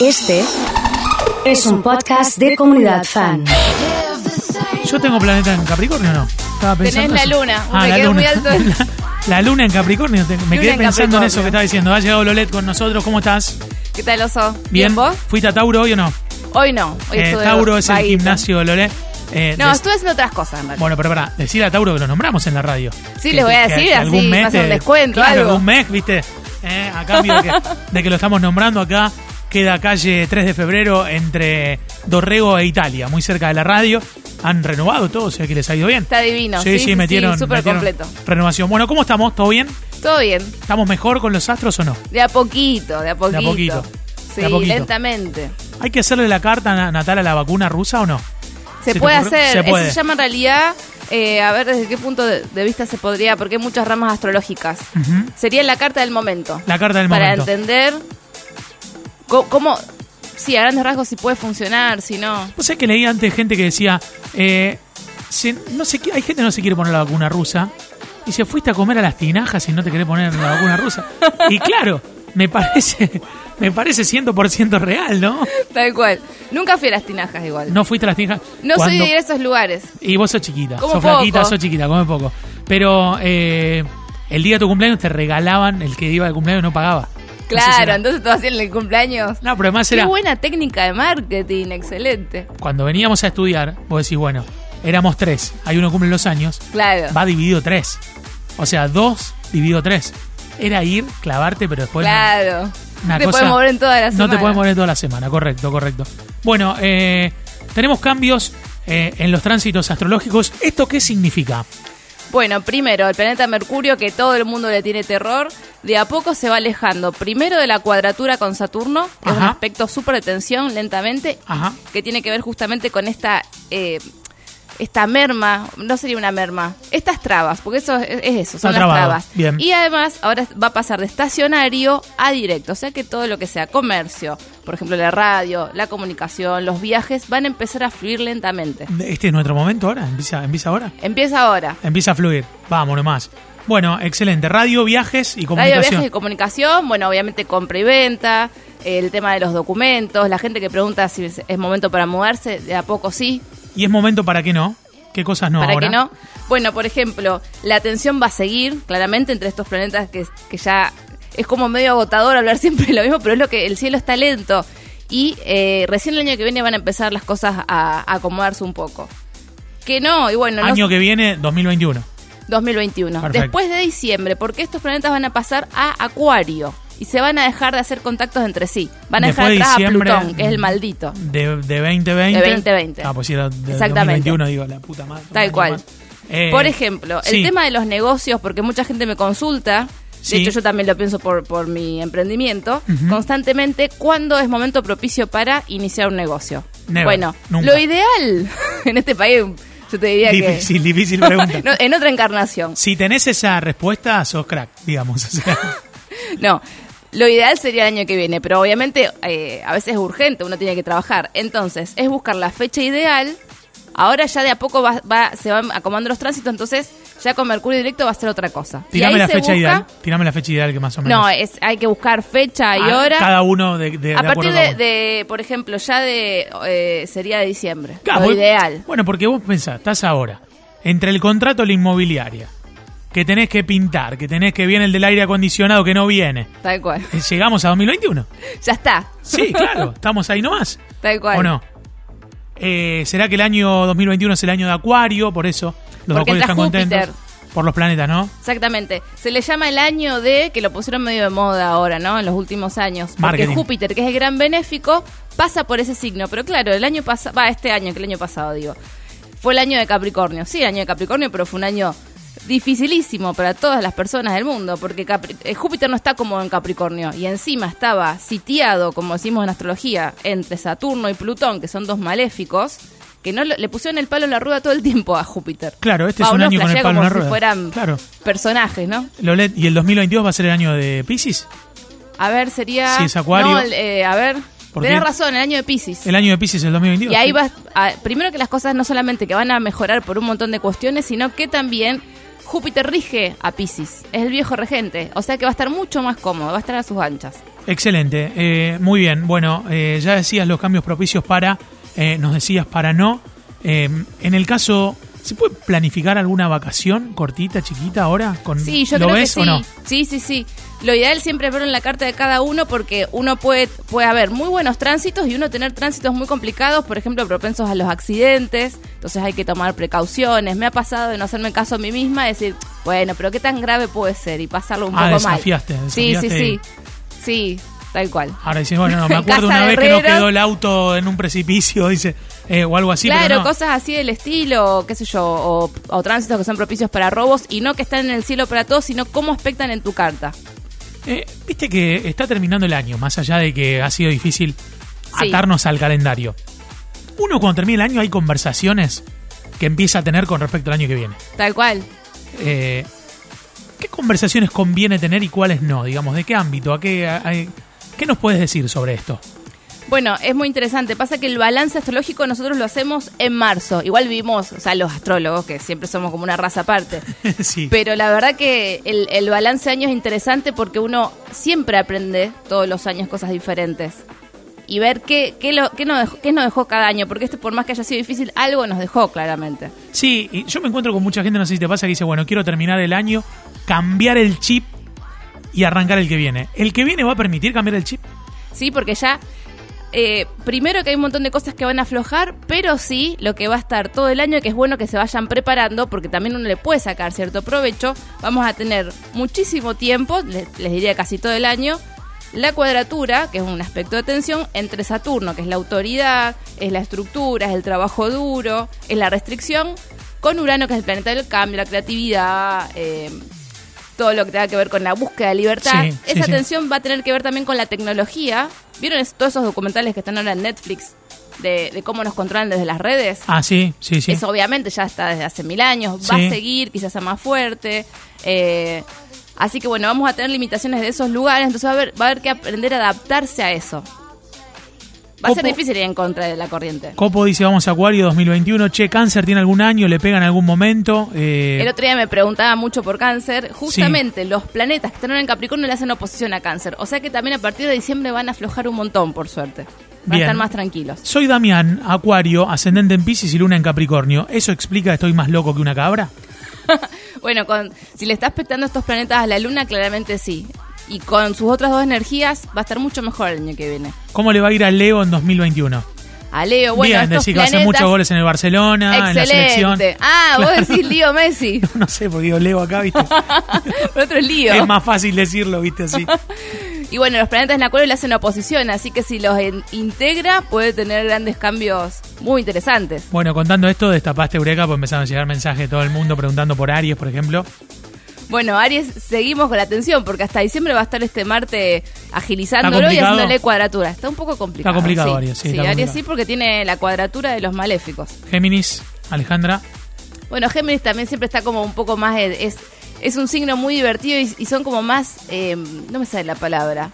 Este es un podcast de comunidad fan. Yo tengo planeta en Capricornio, ¿no? Estaba Tenés pensando la eso. luna. Ah, me la quedé luna. muy alto. el- La, la luna en Capricornio. Te- me Luna quedé en pensando en eso Capricornio. que estaba diciendo. Ha llegado Lolet con nosotros. ¿Cómo estás? ¿Qué tal, oso? vos? ¿Fuiste a Tauro hoy o no? Hoy no. Hoy Eh, estuve Tauro es el vaguita. gimnasio, Lolet. Eh, No, des- estuve haciendo otras cosas, en realidad. Bueno, pero pará, decir a Tauro que lo nombramos en la radio. Sí, Que- les voy a que- decir, que así algún mes me hacen te- descuento, Claro, algo. algún mes, viste, eh, a cambio de que, de que lo estamos nombrando acá, queda calle 3 de febrero entre Dorrego e Italia, muy cerca de la radio. Han renovado todo, o sea que les ha ido bien. Está divino. Sí, sí, metieron, Súper metieron completo. renovación. Bueno, ¿cómo estamos? ¿Todo bien? Todo bien. ¿Estamos mejor con los astros o no? De a poquito, de a poquito. poquito, Sí, de a poquito. lentamente. ¿Hay que hacerle la carta na- natal a la vacuna rusa o no? Se, te puede ocurre? hacer. Se puede. Eso se llama en realidad. eh, a ver desde qué punto de, de vista se podría, porque hay muchas ramas astrológicas. Ujú. Sería la carta del momento. La carta del para momento. entender co- cómo, sí, a grandes rasgos si puede funcionar, si no. Vos sabés que leí antes gente que decía, eh, se- no sé qué, hay gente que no se quiere poner la vacuna rusa. Y se fuiste a comer a las tinajas y no te querés poner la vacuna rusa. Y claro, me parece, me parece 100% real, ¿no? Tal cual. Nunca fui a las tinajas igual. No, No fuiste a las tinajas. soy Cuando- de ir a esos lugares. Y vos sos chiquita, Como sos poco. flaquita, sos chiquita, come poco. Pero eh, el día de tu cumpleaños te regalaban, el que iba de cumpleaños no pagaba. No, sé si Claro, era- entonces todo así en el cumpleaños. No, pero además Qué era, buena técnica de marketing, excelente. cuando veníamos a estudiar, vos decís, bueno, éramos tres, hay uno que cumple los años, Claro. va dividido 3. O sea, 2 dividido 3. Era ir, clavarte, pero después. no. claro. Una te cosa- puedes mover en todas las No te puedes mover en toda la semana, correcto, correcto. Bueno, eh, tenemos cambios eh, en los tránsitos astrológicos. ¿Esto qué significa? Bueno, primero, el planeta Mercurio, que todo el mundo le tiene terror, de a poco se va alejando. Primero de la cuadratura con Saturno, que es un Ajá. aspecto súper de tensión, lentamente, Ajá. que tiene que ver justamente con esta eh, esta merma, no sería una merma, estas trabas, porque eso es, es eso, Está son las trabado, trabas. bien. Y además ahora va a pasar de estacionario a directo, o sea que todo lo que sea comercio, por ejemplo la radio, la comunicación, los viajes, van a empezar a fluir lentamente. Este es nuestro momento ahora, empieza, empieza ahora. Empieza ahora. Empieza a fluir. Vamos nomás. Bueno, excelente. Radio, viajes y Radio, comunicación. viajes y comunicación, bueno, obviamente compra y venta, el tema de los documentos, la gente que pregunta si es es momento para mudarse, de a poco sí, Y es momento para que no. ¿Qué cosas no para ahora? que no. Bueno, por ejemplo, la tensión va a seguir claramente entre estos planetas que, que ya es como medio agotador hablar siempre lo mismo, pero es lo que el cielo está lento. Y eh, recién el año que viene van a empezar las cosas a, a acomodarse un poco. Que no, y bueno, no- Año que viene, 2021. 2021. Perfecto. Después de diciembre, porque estos planetas van a pasar a Acuario y se van a dejar de hacer contactos entre sí. Van a Después de dejar atrás a diciembre Plutón, que es el maldito. De, de 2020. De 2020. Ah, pues sí, era de Exactamente. 2021, digo, la puta madre. Un Tal año cual. más. Eh, Por ejemplo, el sí. tema de los negocios, porque mucha gente me consulta, de Sí. hecho yo también lo pienso por, por mi emprendimiento, Ujú. constantemente, ¿cuándo es momento propicio para iniciar un negocio? Never, bueno, nunca. lo ideal en este país, yo te diría Difícil, difícil que... pregunta. No, en otra encarnación. Si tenés esa respuesta, sos crack, digamos. O sea, No, lo ideal sería el año que viene, pero obviamente eh, a veces es urgente, uno tiene que trabajar. Entonces, es buscar la fecha ideal. Ahora ya de a poco va- va- se van acomodando los tránsitos, entonces ya con Mercurio directo va a ser otra cosa. Y tirame ahí la se fecha busca- ideal. Tirame la fecha ideal que más o menos. No, es, hay que buscar fecha y Ah, hora. Cada uno de, de- de a acuerdo partir cada de, uno. de, por ejemplo, ya de eh, sería de diciembre. Claro, lo vos- ideal. Bueno, porque vos pensás, estás ahora, entre el contrato y la inmobiliaria, que tenés que pintar, que tenés que viene el del aire acondicionado que no viene. Tal cual. Eh, Llegamos a 2021. Ya está. Sí, claro, estamos ahí nomás. Tal cual. ¿O no? Eh, ¿Será que el año 2021 es el año de Acuario? Por eso los Porque acuarios entra están contentos. Por los planetas, ¿no? Exactamente. Se le llama el año de, que lo pusieron medio de moda ahora, ¿no? En los últimos años. Porque Marketing. Júpiter, que es el gran benéfico, pasa por ese signo. Pero claro, el año pasado, va, este año, que el año pasado digo, fue el año de Capricornio. Sí, el año de Capricornio, pero fue un año dificilísimo para todas las personas del mundo, porque Capri- eh, Júpiter no está como en Capricornio y encima estaba sitiado, como decimos en astrología, entre Saturno y Plutón, que son dos maléficos, que no lo- le pusieron el palo en la rueda todo el tiempo a Júpiter. Claro, este es Va, un uno año con el flashea palo en como la rueda. Si fueran Claro. personajes, ¿no? Lolet, ¿y el 2022 va a ser el año de Pisces? A ver, sería. Sí, es Acuario. No, el- eh, a ver. ¿Por Tenés qué? razón, el año de Pisces. El año de Pisces, el 2022. Y ahí vas. a- primero que las cosas no solamente que van a mejorar por un montón de cuestiones, sino que también Júpiter rige a Pisces. Es el viejo regente. O sea que va a estar mucho más cómodo, va a estar a sus anchas. Excelente, eh, muy bien. Bueno, eh, ya decías los cambios propicios para, eh, nos decías para no. Eh, en el caso, ¿se puede planificar alguna vacación cortita, chiquita ahora? Con, Sí, yo ¿Lo creo ves que sí. o no? Sí, sí, sí. Lo ideal siempre es verlo en la carta de cada uno porque uno puede, puede haber muy buenos tránsitos y uno tener tránsitos muy complicados, por ejemplo, propensos a los accidentes. Entonces hay que tomar precauciones. Me ha pasado de no hacerme caso a mí misma, decir, bueno, pero qué tan grave puede ser y pasarlo un Ah, poco desafiaste, mal. desafiaste. Sí, sí, sí. Sí, tal cual. Ahora dices, bueno, no, me acuerdo una Casa de vez que no Herrero. quedó el auto en un precipicio, dice, eh, o algo así. claro, pero no. cosas así del estilo, qué sé yo, o, o tránsitos que son propicios para robos y no que están en el cielo para todos, sino cómo aspectan en tu carta. Eh, Viste que está terminando el año, más allá de que ha sido difícil Sí. atarnos al calendario. Uno cuando termina el año hay conversaciones que empieza a tener con respecto al año que viene. Tal cual. Eh, ¿Qué conversaciones conviene tener y cuáles no? Digamos, ¿de qué ámbito? ¿A qué, a- a- ¿Qué nos puedes decir sobre esto? Bueno, es muy interesante. Pasa que el balance astrológico nosotros lo hacemos en marzo. Igual vivimos, o sea, los astrólogos, que siempre somos como una raza aparte. sí. Pero la verdad que el, el balance año es interesante porque uno siempre aprende todos los años cosas diferentes. Y ver qué, qué, lo, qué, nos, dejó, qué nos dejó cada año. Porque este, por más que haya sido difícil, algo nos dejó claramente. Sí, y yo me encuentro con mucha gente, no sé si te pasa, que dice, bueno, quiero terminar el año, cambiar el chip y arrancar el que viene. ¿El que viene va a permitir cambiar el chip? Sí, porque ya, eh, primero que hay un montón de cosas que van a aflojar, pero sí lo que va a estar todo el año, que es bueno que se vayan preparando, porque también uno le puede sacar cierto provecho. Vamos a tener muchísimo tiempo, le- les, diría casi todo el año. La cuadratura, que es un aspecto de tensión, entre Saturno, que es la autoridad, es la estructura, es el trabajo duro, es la restricción, con Urano, que es el planeta del cambio, la creatividad, eh, todo lo que tenga que ver con la búsqueda de libertad. Sí, sí, Esa sí. tensión va a tener que ver también con la tecnología. ¿Vieron es- todos esos documentales que están ahora en Netflix de, de cómo nos controlan desde las redes? Ah, sí, sí, sí. Eso obviamente ya está desde hace mil años, va Sí. a seguir, quizás sea más fuerte. eh, así que bueno, vamos a tener limitaciones de esos lugares, entonces va a haber, va a haber que aprender a adaptarse a eso. Va a ser Copo- difícil ir en contra de la corriente. Copo dice, vamos a Acuario 2021. Che, Cáncer tiene algún año, le pega en algún momento. Eh, El otro día me preguntaba mucho por cáncer. Justamente los planetas que están ahora en Capricornio le hacen oposición a cáncer. O sea que también a partir de diciembre van a aflojar un montón, por suerte. Van Bien. a estar más tranquilos. Soy Damián, Acuario, ascendente en Pisces y luna en Capricornio. ¿Eso explica que estoy más loco que una cabra? Bueno, con, si le está afectando estos planetas a la luna, claramente sí. Y con sus otras dos energías va a estar mucho mejor el año que viene. ¿Cómo le va a ir a Leo en 2021? A Leo, bueno, Bien, estos decir que va a planetas... hacer muchos goles en el Barcelona, en la Excelente. selección. Ah, Claro. vos decís lío Messi. No sé, porque digo Leo acá, ¿viste? Pero otro es lío. es más fácil decirlo, ¿viste? Así. Y bueno, los planetas en Acuario le hacen oposición, así que si los en- integra puede tener grandes cambios muy interesantes. Bueno, contando esto, destapaste Eureka, pues empezaron a llegar mensajes de todo el mundo preguntando por Aries, por ejemplo. Bueno, Aries, seguimos con la atención porque hasta diciembre va a estar este Marte agilizándolo ¿Está y complicado? haciéndole cuadratura. Está un poco complicado. Está complicado, Aries, sí, Sí, está Aries complicado. sí porque tiene la cuadratura de los maléficos. Géminis, Alejandra. Bueno, Géminis también siempre está como un poco más... eh, Es, es un signo muy divertido y, y son como más... eh, no me sale la palabra.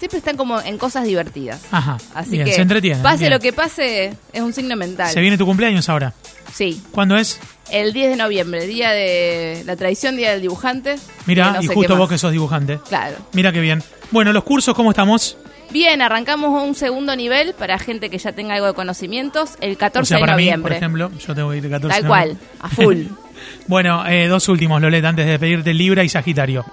Siempre están como en cosas divertidas. Ajá. Ah, Así bien, que se entretienen. pase bien. lo que pase, es un signo mental. Se viene tu cumpleaños ahora. Sí, ¿Cuándo es? el 10 de noviembre, día de la traición, día del dibujante. Mira, no y sé qué justo más. vos que sos dibujante. Claro. Mira qué bien. Bueno, los cursos, ¿cómo estamos? Bien, arrancamos un segundo nivel para gente que ya tenga algo de conocimientos el 14 o sea, de para mí, por noviembre. ejemplo, yo tengo que ir de 14 Tal de cual, noviembre. a full. bueno, eh, dos últimos, Lolet, antes de despedirte, Libra y Sagitario.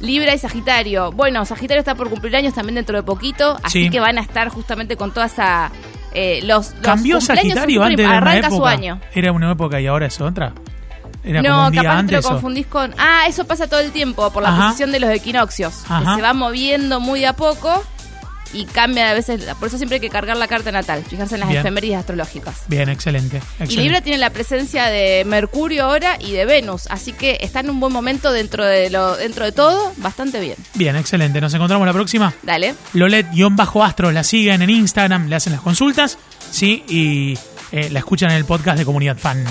Libra y Sagitario. Bueno, Sagitario está por cumplir años también dentro de poquito, así Sí. que van a estar justamente con toda esa eh, los, los ¿Cambió cumpleaños son Sagitario súper- antes de una arranca su época? año. Era una época y ahora es otra. Era como No, un día capaz que te antes. lo o- confundís con. Ah, eso pasa todo el tiempo por la Ajá. posición de los equinoccios. Ajá. Que se va moviendo muy de a poco y cambia a veces. Por eso siempre hay que cargar la carta natal, fijarse en las Bien. efemérides astrológicas. Bien, excelente. excelente. Y Libra tiene la presencia de Mercurio ahora y de Venus, así que está en un buen momento dentro de lo dentro de todo, bastante bien. Bien, excelente. Nos encontramos la próxima. Dale. Lolet-astro, la siguen en Instagram, le hacen las consultas, ¿sí? Y eh, la escuchan en el podcast de Comunidad Fan.